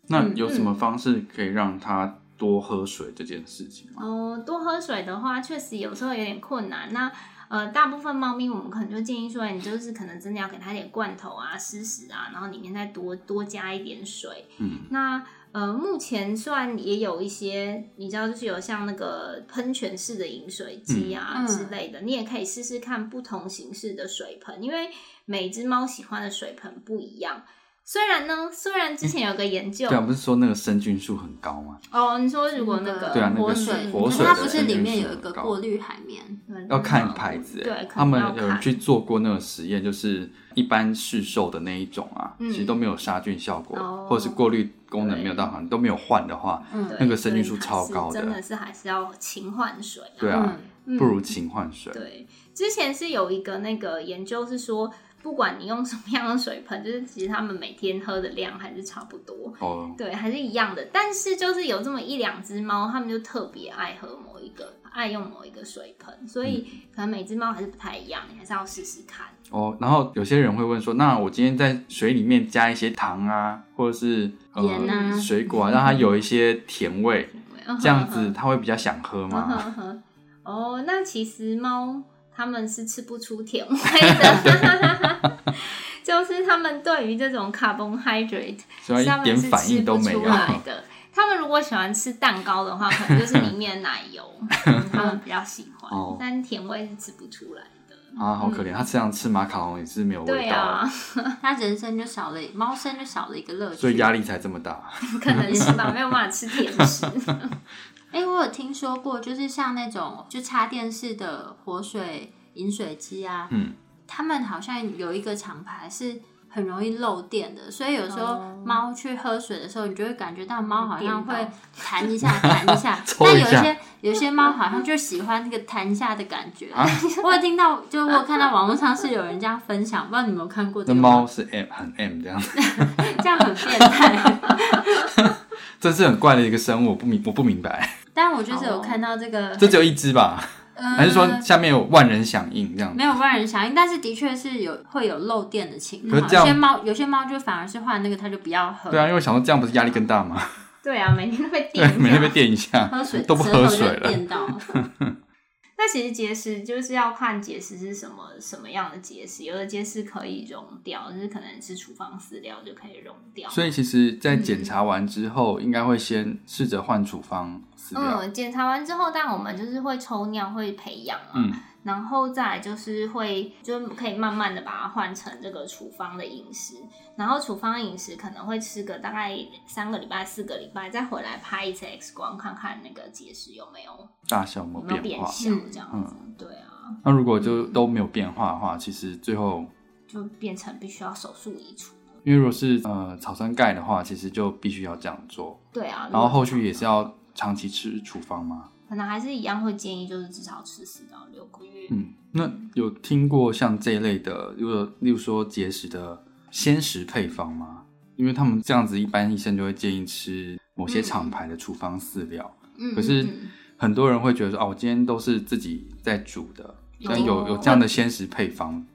[SPEAKER 2] 那
[SPEAKER 3] 嗯
[SPEAKER 2] 有什么方式可以让它多喝水这件事情吗？
[SPEAKER 3] 哦，多喝水的话，确实有时候有点困难。那呃，大部分猫咪我们可能就建议说，你就是可能真的要给它一点罐头啊、湿食啊，然后里面再多多加一点水。
[SPEAKER 2] 嗯，
[SPEAKER 3] 那呃，目前虽然也有一些，你知道，就是有像那个喷泉式的饮水机啊、
[SPEAKER 1] 嗯嗯
[SPEAKER 3] 之类的，你也可以试试看不同形式的水盆，因为每只猫喜欢的水盆不一样。虽然呢，虽然之前有个研究
[SPEAKER 2] 对啊，不是说那个生菌数很高吗？
[SPEAKER 3] 哦，你说如果那个
[SPEAKER 2] 对啊那个
[SPEAKER 1] 活
[SPEAKER 2] 是
[SPEAKER 1] 水，
[SPEAKER 2] 活
[SPEAKER 1] 可是
[SPEAKER 2] 水
[SPEAKER 1] 它
[SPEAKER 2] 的
[SPEAKER 1] 不是
[SPEAKER 2] 成
[SPEAKER 1] 里
[SPEAKER 2] 分
[SPEAKER 1] 面
[SPEAKER 2] 是
[SPEAKER 1] 有一
[SPEAKER 2] 很
[SPEAKER 1] 个
[SPEAKER 2] 高
[SPEAKER 1] 过滤海绵，
[SPEAKER 3] 嗯
[SPEAKER 2] 要看牌子、欸，
[SPEAKER 3] 对，可
[SPEAKER 2] 他
[SPEAKER 3] 能
[SPEAKER 2] 们
[SPEAKER 3] 要
[SPEAKER 2] 有人
[SPEAKER 3] 看
[SPEAKER 2] 去做过那个实验，就是一般市售的那一种啊，
[SPEAKER 3] 嗯
[SPEAKER 2] 其实都没有杀菌效果，
[SPEAKER 3] 哦
[SPEAKER 2] 或者是过滤功能没有到好，你都没有换的话，
[SPEAKER 1] 嗯，
[SPEAKER 2] 那
[SPEAKER 3] 对
[SPEAKER 2] 个生
[SPEAKER 3] 所
[SPEAKER 2] 菌
[SPEAKER 3] 以
[SPEAKER 2] 数
[SPEAKER 3] 还
[SPEAKER 2] 超
[SPEAKER 3] 是
[SPEAKER 2] 高
[SPEAKER 3] 真
[SPEAKER 2] 的
[SPEAKER 3] 的是还是要勤换水、啊。
[SPEAKER 2] 对啊，
[SPEAKER 3] 嗯
[SPEAKER 2] 不如勤换水。
[SPEAKER 3] 对，之前是有一个那个研究是说，不管你用什么样的水盆，就是其实他们每天喝的量还是差不多，
[SPEAKER 2] 哦，
[SPEAKER 3] 对，还是一样的。但是就是有这么一两只猫，它们就特别爱喝某一个，爱用某一个水盆，所
[SPEAKER 2] 嗯
[SPEAKER 3] 以可能每只猫还是不太一样，你还是要试试看。
[SPEAKER 2] 哦，然后有些人会问说，那我今天在水里面加一些糖啊，或者是呃
[SPEAKER 1] 盐啊
[SPEAKER 2] 水果啊，让它有一些甜味，这样子它会比较想喝
[SPEAKER 3] 嗯
[SPEAKER 2] 吗？
[SPEAKER 3] 哼哼， 哦，那其实猫它们是吃不出甜味的， 就是它们对于这种 carbohydrate
[SPEAKER 2] 所以
[SPEAKER 3] 它
[SPEAKER 2] 啊一
[SPEAKER 3] 们
[SPEAKER 2] 点
[SPEAKER 3] 是
[SPEAKER 2] 反
[SPEAKER 3] 吃
[SPEAKER 2] 应都
[SPEAKER 3] 不
[SPEAKER 2] 没有
[SPEAKER 3] 出。来的。它们如果喜欢吃蛋糕的话，可能就是里面奶油， 嗯它们比较喜欢
[SPEAKER 2] 哦，
[SPEAKER 3] 但甜味是吃不出来的。
[SPEAKER 2] 啊，好可怜！它这样吃马卡龙也是没有
[SPEAKER 3] 对
[SPEAKER 2] 味道，
[SPEAKER 3] 啊，
[SPEAKER 1] 它人生就少了猫生就少了一个乐趣，
[SPEAKER 2] 所以压力才这么 大。
[SPEAKER 3] 可能是吧，没有办法吃甜 食。
[SPEAKER 1] 哎、我有听说过，就是像那种就插电式的活水饮水机啊，
[SPEAKER 2] 嗯，
[SPEAKER 1] 他们好像有一个厂牌是很容易漏电的，所以有时候
[SPEAKER 3] 哦
[SPEAKER 1] 猫去喝水的时候，你就会感觉到猫好像
[SPEAKER 3] 电
[SPEAKER 1] 会
[SPEAKER 3] 到
[SPEAKER 1] 弹一下弹一 下，
[SPEAKER 2] 抽
[SPEAKER 1] 但有
[SPEAKER 2] 一
[SPEAKER 1] 一
[SPEAKER 2] 下
[SPEAKER 1] 些有些猫好像就喜欢那个弹一下的感觉。
[SPEAKER 2] 啊
[SPEAKER 1] 我有听到，就我有看到网络上是有人这样分享，不知道你有没有看过这
[SPEAKER 2] 那
[SPEAKER 1] 个
[SPEAKER 2] 猫是 M 很 M 这样，
[SPEAKER 1] 这样很变态。
[SPEAKER 2] 这是很怪的一个生物，我不明我不明白。
[SPEAKER 1] 但我就是
[SPEAKER 3] 哦
[SPEAKER 1] 有看到这个，
[SPEAKER 2] 这只有一只吧？
[SPEAKER 1] 嗯
[SPEAKER 2] 还是说下面有万人响应这样？
[SPEAKER 1] 没有万人响应，但是的确是有会有漏电的情
[SPEAKER 2] 可
[SPEAKER 1] 况。
[SPEAKER 2] 是这样
[SPEAKER 1] 有些猫有些猫就反而是换那个，它就不要喝。
[SPEAKER 2] 对啊，因为我想说这样不是压力更大吗？
[SPEAKER 3] 对啊，每天都被
[SPEAKER 2] 对
[SPEAKER 3] 电，
[SPEAKER 2] 每天被电一下，
[SPEAKER 1] 喝水
[SPEAKER 2] 都不
[SPEAKER 1] 舌
[SPEAKER 2] 喝
[SPEAKER 1] 头
[SPEAKER 2] 水
[SPEAKER 1] 就
[SPEAKER 2] 了
[SPEAKER 1] 电 到了。
[SPEAKER 3] 那其实节食就是要看节食是什么什么样的节食，有的节食可以溶掉，就是可能是厨房饲料就可以溶掉。
[SPEAKER 2] 所以其实，在检查完之后，应该会先试着换处方饲料。
[SPEAKER 3] 嗯，检查完之后，但我们就是会抽尿，会培养啊，
[SPEAKER 2] 嗯，
[SPEAKER 3] 然后再来就是会，就可以慢慢的把它换成这个处方的饮食，然后处方饮食可能会吃个大概三个礼拜、四个礼拜，再回来拍一次 X 光，看看那个结石有没有
[SPEAKER 2] 大小有没
[SPEAKER 3] 有
[SPEAKER 2] 有
[SPEAKER 3] 没有
[SPEAKER 2] 变
[SPEAKER 3] 变
[SPEAKER 2] 化？
[SPEAKER 3] 小
[SPEAKER 1] 嗯
[SPEAKER 3] 这样子。对啊，
[SPEAKER 2] 那如果就都没有变化的话，其实最后，
[SPEAKER 3] 就变成必须要手术移除。
[SPEAKER 2] 因为如果是呃草酸钙的话，其实就必须要这样做。
[SPEAKER 3] 对啊，
[SPEAKER 2] 然后后续也是要长期吃处方吗？
[SPEAKER 3] 可能还是一样会建议，就是至少吃四到六个月。
[SPEAKER 2] 嗯，那有听过像这一类的，例如例如说节食的鲜食配方吗？因为他们这样子，一般医生就会建议吃某些厂牌的处方饲料。
[SPEAKER 3] 嗯，
[SPEAKER 2] 可是
[SPEAKER 3] 嗯嗯
[SPEAKER 2] 很多人会觉得说，哦、我今天都是自己在煮的，但有有这样的鲜食配方，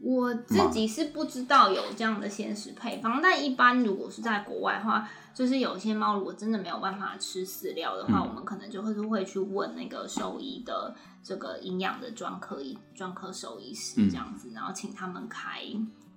[SPEAKER 3] 我
[SPEAKER 2] 嗯
[SPEAKER 3] 自己是不知道有这样的鲜食配方，但一般如果是在国外的话，就是有些猫如果真的没有办法吃饲料的话，
[SPEAKER 2] 嗯
[SPEAKER 3] 我们可能就会会去问那个兽医的这个营养的专科医专科兽医师
[SPEAKER 2] 嗯
[SPEAKER 3] 这样子，然后请他们开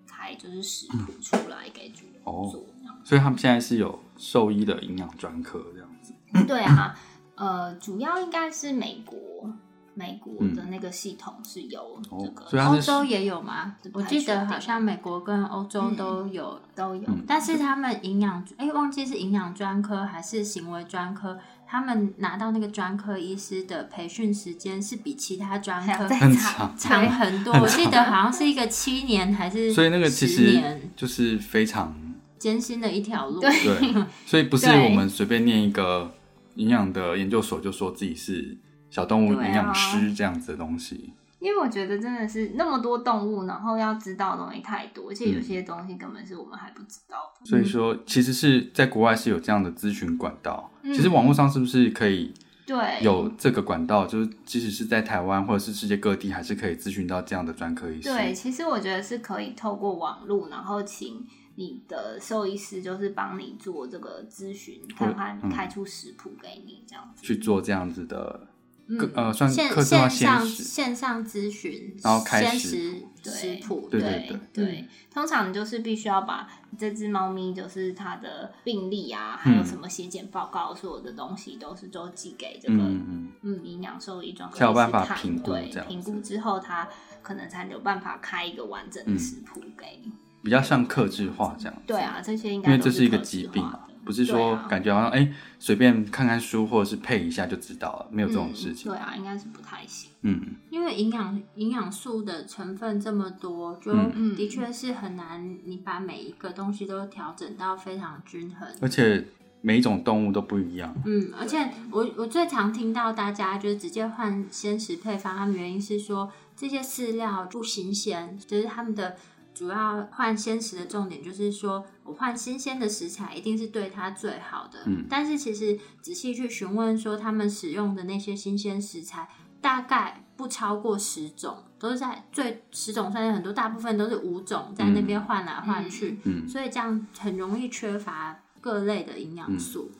[SPEAKER 3] 开就是食谱出来给主人
[SPEAKER 2] 嗯哦
[SPEAKER 3] 做这样
[SPEAKER 2] 所以他们现在是有兽医的营养专科这样子。
[SPEAKER 3] 对啊，呃，主要应该是美国美国的那个系统是有这个，
[SPEAKER 2] 嗯哦所以它
[SPEAKER 1] 欧
[SPEAKER 2] 是
[SPEAKER 1] 洲也有吗？我记得好像美国跟欧
[SPEAKER 3] 嗯
[SPEAKER 1] 洲都有，
[SPEAKER 3] 都有。
[SPEAKER 2] 嗯
[SPEAKER 1] 但是他们营养哎、忘记是营养专科还是行为专科，他们拿到那个专科医师的培训时间是比其他专
[SPEAKER 3] 还要
[SPEAKER 1] 科
[SPEAKER 3] 再
[SPEAKER 2] 很
[SPEAKER 3] 查
[SPEAKER 2] 长
[SPEAKER 1] 长
[SPEAKER 3] 对
[SPEAKER 1] 很多。
[SPEAKER 2] 很
[SPEAKER 1] 我记得好像是一个七年还是
[SPEAKER 2] 所以那个其
[SPEAKER 1] 十
[SPEAKER 2] 实
[SPEAKER 1] 年
[SPEAKER 2] 就是非常
[SPEAKER 1] 艰辛的一条路。
[SPEAKER 3] 对
[SPEAKER 2] 对，所以不是
[SPEAKER 3] 对
[SPEAKER 2] 我们随便念一个营养的研究所就说自己是小动物营养师这样子的东西。
[SPEAKER 3] 因为我觉得真的是那么多动物，然后要知道的东西太多，而且有些东西根本是我们还不知道的。
[SPEAKER 2] 所以说，其实是在国外是有这样的咨询管道。
[SPEAKER 3] 嗯
[SPEAKER 2] 其实网络上是不是可以
[SPEAKER 3] 对，
[SPEAKER 2] 有这个管道？就是即使是在台湾或者是世界各地，还是可以咨询到这样的专科医师。
[SPEAKER 3] 对，其实我觉得是可以透过网络，然后请你的兽医师就是帮你做这个咨询，看看
[SPEAKER 2] 嗯
[SPEAKER 3] 开出食谱给你这样子。
[SPEAKER 2] 去做这样子的，
[SPEAKER 3] 嗯
[SPEAKER 2] 个呃，算
[SPEAKER 1] 线
[SPEAKER 2] 客制化
[SPEAKER 1] 线
[SPEAKER 2] 鲜
[SPEAKER 1] 上
[SPEAKER 2] 食。
[SPEAKER 1] 线上咨询，
[SPEAKER 2] 然后开
[SPEAKER 1] 先
[SPEAKER 2] 食
[SPEAKER 1] 食
[SPEAKER 3] 对
[SPEAKER 1] 食谱，
[SPEAKER 2] 对
[SPEAKER 3] 对
[SPEAKER 2] 对
[SPEAKER 1] 嗯
[SPEAKER 3] 通常你就是必须要把这只猫咪，就是它的病历啊，还有
[SPEAKER 2] 嗯
[SPEAKER 3] 什么血检报告，所有的东西都是都寄给这个
[SPEAKER 2] 嗯嗯，
[SPEAKER 3] 嗯，营养兽医专科
[SPEAKER 2] 才有
[SPEAKER 3] 医师
[SPEAKER 2] 办法
[SPEAKER 3] 看
[SPEAKER 2] 评估
[SPEAKER 3] 对
[SPEAKER 2] 这样
[SPEAKER 3] 评
[SPEAKER 2] 子嗯
[SPEAKER 3] 估之后，他可能才有办法开一个完整的食谱给你。
[SPEAKER 2] 比较像克制化这样。
[SPEAKER 3] 对啊，这些应该
[SPEAKER 2] 因为
[SPEAKER 3] 都
[SPEAKER 2] 这
[SPEAKER 3] 是
[SPEAKER 2] 是一个
[SPEAKER 3] 可视
[SPEAKER 2] 疾病
[SPEAKER 3] 化
[SPEAKER 2] 嘛
[SPEAKER 3] 的，
[SPEAKER 2] 不是说
[SPEAKER 3] 对啊
[SPEAKER 2] 感觉好像哎随、便看看书或者是配一下就知道了，没有这种事情
[SPEAKER 3] 嗯。对啊，应该是不太行。
[SPEAKER 2] 嗯，
[SPEAKER 1] 因为营养营养素的成分这么多，就
[SPEAKER 3] 嗯
[SPEAKER 1] 的确是很难，你把每一个东西都调整到非常均衡。
[SPEAKER 2] 而且每一种动物都不一样。
[SPEAKER 1] 嗯，而且我我最常听到大家就是直接换鲜食配方，他们原因是说这些饲料不新鲜，就是他们的主要换鲜食的重点就是说我换新鲜的食材一定是对它最好的。
[SPEAKER 2] 嗯
[SPEAKER 1] 但是其实仔细去询问说他们使用的那些新鲜食材，大概不超过十种，都是在最十种算是很多，大部分都是五种在那边换来换去，
[SPEAKER 2] 嗯
[SPEAKER 1] 所以这样很容易缺乏各类的营
[SPEAKER 2] 嗯
[SPEAKER 1] 养素。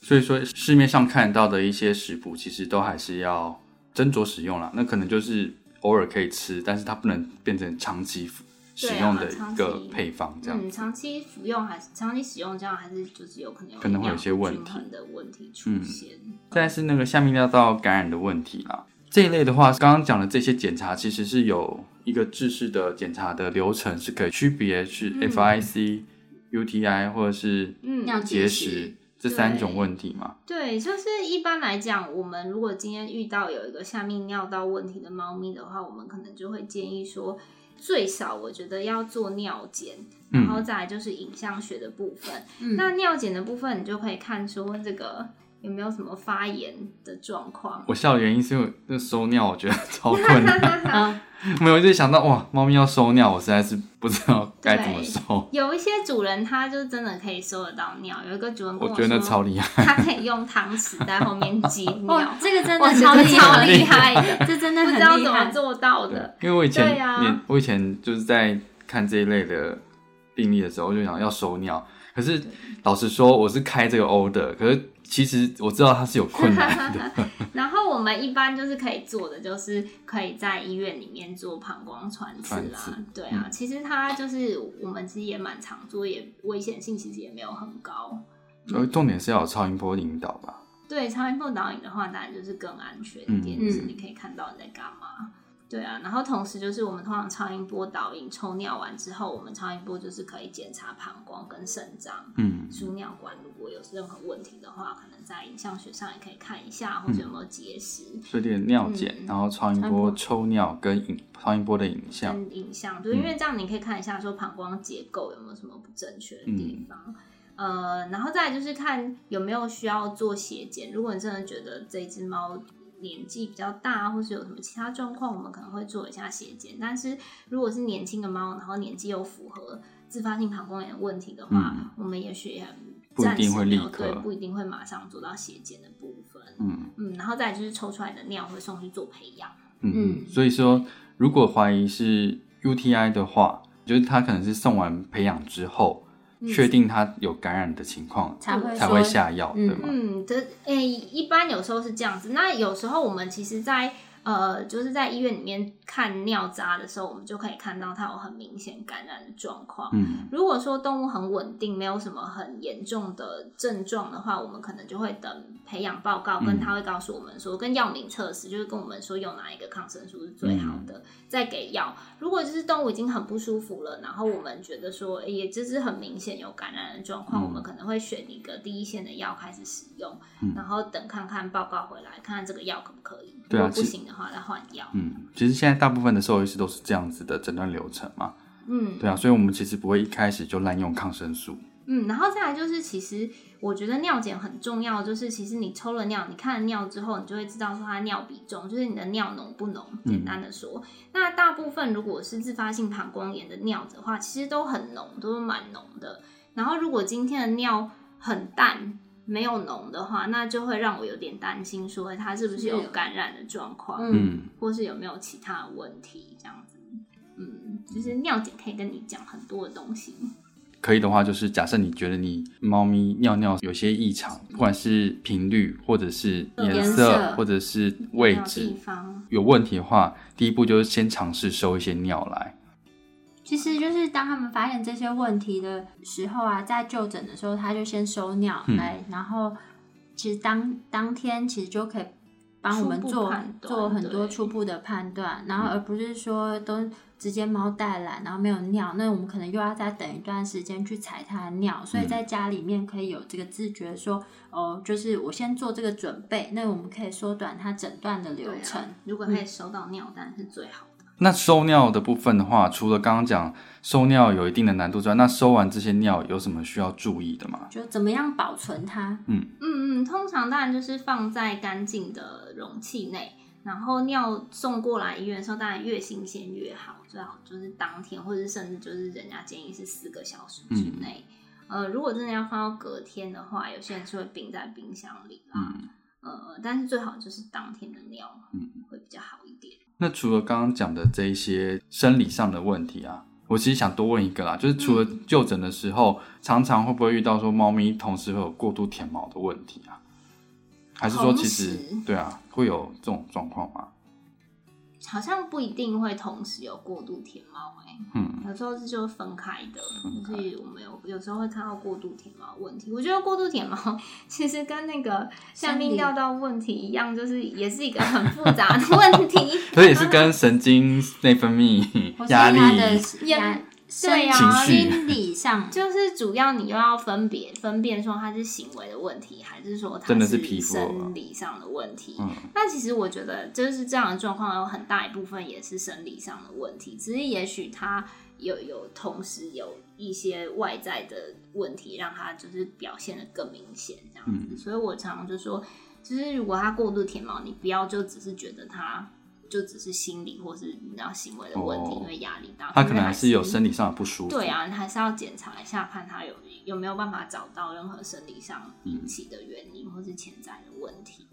[SPEAKER 2] 所以说市面上看到的一些食谱，其实都还是要斟酌使用啦。那可能就是偶尔可以吃，但是它不能变成长期使用的一个配方这样。
[SPEAKER 3] 嗯，长期服用还是长期使用，这样还是就是有可能有
[SPEAKER 2] 可能会有一些问题嗯
[SPEAKER 3] 营养不均衡的问题出现。
[SPEAKER 2] 再来是那个下泌尿道感染的问题啦。这一类的话，刚刚讲的这些检查其实是有一个制式的检查的流程，是可以区别是
[SPEAKER 3] 嗯
[SPEAKER 2] FIC、UTI 或者是
[SPEAKER 3] 嗯，
[SPEAKER 1] 尿
[SPEAKER 2] 结
[SPEAKER 1] 结石
[SPEAKER 2] 石这三
[SPEAKER 3] 对
[SPEAKER 2] 种问题嘛。
[SPEAKER 3] 对，就是一般来讲，我们如果今天遇到有一个下泌尿道问题的猫咪的话，我们可能就会建议说，最少我觉得要做尿检，
[SPEAKER 2] 嗯
[SPEAKER 3] 然后再来就是影像学的部分。
[SPEAKER 1] 嗯
[SPEAKER 3] 那尿检的部分，你就可以看出这个有没有什么发炎的状况。
[SPEAKER 2] 我笑的原因是因为那收尿我觉得 超困难，
[SPEAKER 1] 嗯
[SPEAKER 2] 没有我就想到哇，猫咪要收尿，我实在是不知道该怎么
[SPEAKER 3] 对
[SPEAKER 2] 收。
[SPEAKER 3] 有一些主人他就真的可以收得到尿，有一个主人跟
[SPEAKER 2] 我
[SPEAKER 3] 我
[SPEAKER 2] 觉得那超哦
[SPEAKER 3] 说，
[SPEAKER 2] 厉害，
[SPEAKER 3] 他可以用汤匙在后面挤
[SPEAKER 1] 哇
[SPEAKER 3] 尿，，
[SPEAKER 1] 哦这个真
[SPEAKER 3] 哇
[SPEAKER 1] 的
[SPEAKER 3] 这
[SPEAKER 1] 超
[SPEAKER 3] 个
[SPEAKER 1] 厉
[SPEAKER 3] 超
[SPEAKER 1] 害，
[SPEAKER 3] 厉害的，
[SPEAKER 1] 这真的
[SPEAKER 3] 不
[SPEAKER 1] 很
[SPEAKER 3] 知道
[SPEAKER 1] 厉
[SPEAKER 3] 怎么
[SPEAKER 1] 害。
[SPEAKER 3] 做到
[SPEAKER 2] 对
[SPEAKER 3] 的。，
[SPEAKER 2] 因为我以前
[SPEAKER 3] 对啊
[SPEAKER 2] 也我以前就是在看这一类的病例的时候，我就想要收尿，可是老实说我是开这个 O 的，可是其实我知道它是有困 难的，
[SPEAKER 3] 然后我们一般就是可以做的，就是可以在医院里面做膀胱穿刺
[SPEAKER 2] 穿
[SPEAKER 3] 啦
[SPEAKER 2] 刺。嗯
[SPEAKER 3] 对啊，其实它就是我们其实也蛮常做，也危险性其实也没有很高。
[SPEAKER 2] 所以重点是要有超音波引导吧。
[SPEAKER 3] 对超音波导引的话，当然就是更安全一点，
[SPEAKER 2] 嗯
[SPEAKER 3] 就是你可以看到你在干嘛。对啊，然后同时就是我们通常超音波导引抽尿完之后，我们超音波就是可以检查膀胱跟肾脏。
[SPEAKER 2] 嗯，
[SPEAKER 3] 输尿管如果有任何问题的话，可能在影像学上也可以看一下，或者有没有结石。
[SPEAKER 2] 所以这个尿检，
[SPEAKER 3] 嗯
[SPEAKER 2] 然后超音
[SPEAKER 1] 超音
[SPEAKER 2] 波
[SPEAKER 1] 波
[SPEAKER 2] 抽尿跟影超音波的影像，嗯
[SPEAKER 3] 跟影像，就是因为这样你可以看一下说膀胱结构有没有什么不正确的
[SPEAKER 2] 嗯
[SPEAKER 3] 地方。呃，然后再来就是看有没有需要做血检。如果你真的觉得这只猫年纪比较大，或是有什么其他状况，我们可能会做一下血检。但是如果是年轻的猫，然后年纪又符合自发性膀胱炎问题的话，
[SPEAKER 2] 嗯
[SPEAKER 3] 我们也许也
[SPEAKER 2] 不一定会立
[SPEAKER 3] 暂时没有
[SPEAKER 2] 刻
[SPEAKER 3] 对，不一定会马上做到血检的部分。
[SPEAKER 2] 嗯
[SPEAKER 3] 嗯，然后再来就是抽出来的尿会送去做培养。
[SPEAKER 2] 嗯，
[SPEAKER 1] 嗯
[SPEAKER 2] 所以说如果怀疑是 UTI 的话，就是它可能是送完培养之后，确、定它有感染的情况
[SPEAKER 1] 才会
[SPEAKER 2] 才
[SPEAKER 1] 嗯说
[SPEAKER 2] 会下药，
[SPEAKER 1] 嗯
[SPEAKER 2] 对吗？
[SPEAKER 3] 嗯，这诶、一般有时候是这样子。那有时候我们其实在，呃，就是在医院里面看尿渣的时候，我们就可以看到它有很明显感染的状况。
[SPEAKER 2] 嗯
[SPEAKER 3] 如果说动物很稳定，没有什么很严重的症状的话，我们可能就会等培养报告，跟
[SPEAKER 2] 嗯
[SPEAKER 3] 他会告诉我们说，跟药名测试，就是跟我们说用哪一个抗生素是最好
[SPEAKER 2] 嗯
[SPEAKER 3] 的，再给药。如果就是动物已经很不舒服了，然后我们觉得说，诶也就是很明显有感染的状况，
[SPEAKER 2] 嗯
[SPEAKER 3] 我们可能会选一个第一线的药开始使用，
[SPEAKER 2] 嗯
[SPEAKER 3] 然后等看看报告回来，看看这个药可不可以。
[SPEAKER 2] 对啊
[SPEAKER 3] 如果
[SPEAKER 2] 其
[SPEAKER 3] 不行的话，再换药。
[SPEAKER 2] 嗯，其实现在大部分的兽医师都是这样子的诊断流程嘛，
[SPEAKER 3] 嗯，
[SPEAKER 2] 对啊，所以我们其实不会一开始就滥用抗生素，
[SPEAKER 3] 嗯，然后再来就是，其实我觉得尿检很重要，就是其实你抽了尿，你看了尿之后，你就会知道说它的尿比重，就是你的尿浓不浓。简单的
[SPEAKER 2] 嗯
[SPEAKER 3] 说，那大部分如果是自发性膀胱炎的尿的话，其实都很浓，都是蛮浓的。然后如果今天的尿很淡，没有浓的话，那就会让我有点担心，说哎它是不是有
[SPEAKER 1] 是
[SPEAKER 3] 感染的状况，
[SPEAKER 1] 嗯
[SPEAKER 2] 嗯。
[SPEAKER 3] 或是有没有其他的问题这样子。嗯，就是尿检可以跟你讲很多的东西。
[SPEAKER 2] 可以的话，就是假设你觉得你猫咪尿尿有些异常，不管是频率，或者是颜
[SPEAKER 1] 嗯颜
[SPEAKER 2] 色，
[SPEAKER 1] 色
[SPEAKER 2] 或者是位
[SPEAKER 3] 尿地
[SPEAKER 2] 置
[SPEAKER 3] 方，
[SPEAKER 2] 有问题的话，第一步就是先尝试收一些尿来。
[SPEAKER 1] 其实就是当他们发现这些问题的时候啊，在就诊的时候，他就先收尿
[SPEAKER 2] 嗯
[SPEAKER 1] 来，然后其实当当天其实就可以帮我们
[SPEAKER 3] 初步
[SPEAKER 1] 做
[SPEAKER 3] 判断
[SPEAKER 1] 做很多
[SPEAKER 3] 对
[SPEAKER 1] 初步的判断，然后而不是说都直接猫带来，然后没有尿，那我们可能又要再等一段时间去采它的尿，所以在家里面可以有这个自觉说，哦，就是我先做这个准备，那我们可以缩短它诊断的流
[SPEAKER 3] 对啊
[SPEAKER 1] 程。
[SPEAKER 3] 如果可以收到尿蛋是最好的。
[SPEAKER 2] 那收尿的部分的话，除了刚刚讲收尿有一定的难度之外，那收完这些尿有什么需要注意的吗？
[SPEAKER 1] 就怎么样保存它？
[SPEAKER 3] 嗯嗯，通常当然就是放在干净的容器内，然后尿送过来医院的时候，当然越新鲜越好，最好就是当天，或者是甚至就是人家建议是四个小时之内。呃，如果真的要放到隔天的话，有些人是会冰在冰箱里啦。
[SPEAKER 2] 嗯，
[SPEAKER 3] 呃，但是最好就是当天的尿会比较好一点。
[SPEAKER 2] 那除了刚刚讲的这一些生理上的问题啊，我其实想多问一个啦，就是除了
[SPEAKER 3] 嗯
[SPEAKER 2] 就诊的时候，常常会不会遇到说猫咪同时会有过度舔毛的问题啊？还是说其实
[SPEAKER 3] 同时
[SPEAKER 2] 对啊，会有这种状况吗？
[SPEAKER 3] 好像不一定会同时有过度舔毛哎、
[SPEAKER 2] 嗯
[SPEAKER 3] 有时候是就是分开的，
[SPEAKER 2] 开
[SPEAKER 3] 就是我们有有时候会看到过度舔毛的问题。我觉得过度舔毛 其实跟那个下
[SPEAKER 1] 生
[SPEAKER 3] 面
[SPEAKER 1] 理
[SPEAKER 3] 尿道问题一样，就是也是一个很复杂的问题。
[SPEAKER 2] 所以也是跟神经内分泌
[SPEAKER 1] 或、是
[SPEAKER 2] 压
[SPEAKER 1] 它
[SPEAKER 2] 力，
[SPEAKER 1] 的
[SPEAKER 3] 压
[SPEAKER 1] 压
[SPEAKER 3] 对
[SPEAKER 1] 生
[SPEAKER 3] 啊
[SPEAKER 2] 情绪
[SPEAKER 1] 心理上
[SPEAKER 3] 就是主要你又要分别分辨说它是行为的问题，还是说它
[SPEAKER 2] 真的是
[SPEAKER 3] 是
[SPEAKER 2] 皮肤
[SPEAKER 3] 生理上的问题。
[SPEAKER 2] 嗯
[SPEAKER 3] 那其实我觉得就是这样的状况有很大一部分也是生理上的问题，只是也许它有有同时有一些外在的问题，让它就是表现的更明显这样子。
[SPEAKER 2] 嗯
[SPEAKER 3] 所以我常常就说，就是如果它过度舔毛，你不要就只是觉得它。就只是心理或是你知道行为的问题，
[SPEAKER 2] 哦
[SPEAKER 3] 因为压力大，
[SPEAKER 2] 它可能还是有
[SPEAKER 3] 身。
[SPEAKER 2] 生理上的不舒服。
[SPEAKER 3] 对啊，你还是要检查一下，看他有有没有办法找到任何生理上引起的原因、或是潜在的问题。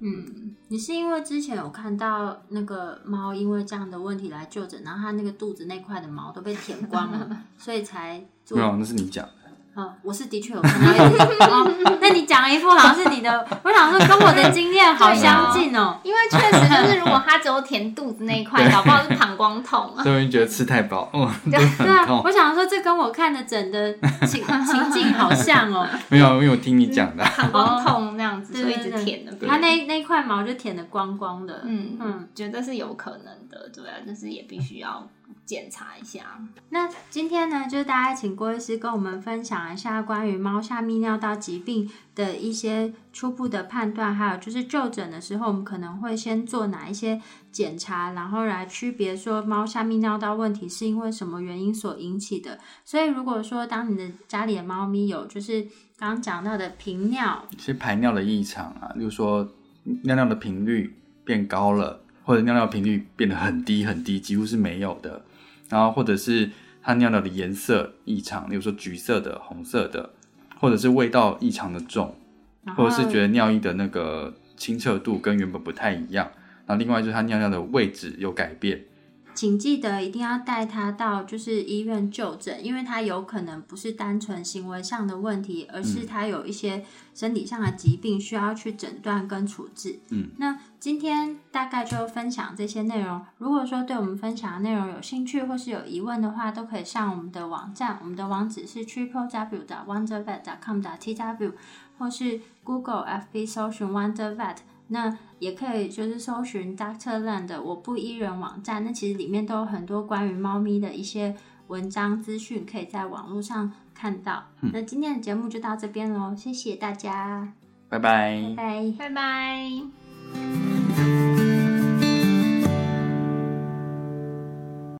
[SPEAKER 1] 嗯，你是因为之前有看到那个猫因为这样的问题来就诊，然后它那个肚子那块的毛都被舔光了，所以才做
[SPEAKER 2] 没。有，那是你讲的。
[SPEAKER 1] 嗯，我是的确有看到一点。哦，那你讲了一副好像是你的，我想说跟我的经验好相近哦。
[SPEAKER 3] 因为确实就是，如果他只有舔肚子那一块，搞不好是膀胱痛 啊。
[SPEAKER 2] 所以觉得吃太饱，嗯，
[SPEAKER 3] 对
[SPEAKER 1] 对
[SPEAKER 2] 很
[SPEAKER 1] 啊，
[SPEAKER 2] 痛。
[SPEAKER 1] 我想说这跟我看的整的情 情境好像哦。
[SPEAKER 2] 没有，因为我听你讲的。啊
[SPEAKER 3] 膀胱痛那样子，
[SPEAKER 1] 对
[SPEAKER 3] 所以一
[SPEAKER 1] 对
[SPEAKER 3] 直
[SPEAKER 1] 对
[SPEAKER 3] 舔的。
[SPEAKER 1] 它那那块毛就舔的光光的。
[SPEAKER 3] 嗯嗯
[SPEAKER 1] 嗯，
[SPEAKER 3] 觉得是有可能的，对啊，就是也必须要检查一下。
[SPEAKER 1] 那今天呢，就是大家请郭医师跟我们分享一下关于猫下泌尿道疾病的一些初步的判断，还有就是就诊的时候，我们可能会先做哪一些检查，然后来区别说猫下泌尿道问题是因为什么原因所引起的。所以如果说当你的家里的猫咪有就是刚刚讲到的频尿，
[SPEAKER 2] 一些排尿的异常啊，例如说尿尿的频率变高了，或者尿尿频率变得很低很低，几乎是没有的。然后或者是它尿尿的颜色异常，例如说橘色的、红色的，或者是味道异常的重，
[SPEAKER 1] 然后
[SPEAKER 2] 或者是觉得尿液的那个清澈度跟原本不太一样。然后另外就是它尿尿的位置有改变，
[SPEAKER 1] 请记得一定要带它到就是医院就诊，因为它有可能不是单纯行为上的问题，而是它有一些身体上的疾病需要去诊断跟处置。
[SPEAKER 2] 嗯，
[SPEAKER 1] 那今天大概就分享这些内容。如果说对我们分享的内容有兴趣或是有疑问的话，都可以上我们的网站，我们的网址是 triple w wonder vet com t w，或是 Google FB 搜寻 Wonder Vet。那也可以就是搜寻 Doctor Land 的我不依人网站，那其实里面都有很多关于猫咪的一些文章资讯，可以在网络上看到。那今天的节目就到这边喽，谢谢大家，
[SPEAKER 2] 拜拜
[SPEAKER 1] 拜拜。
[SPEAKER 3] 拜拜。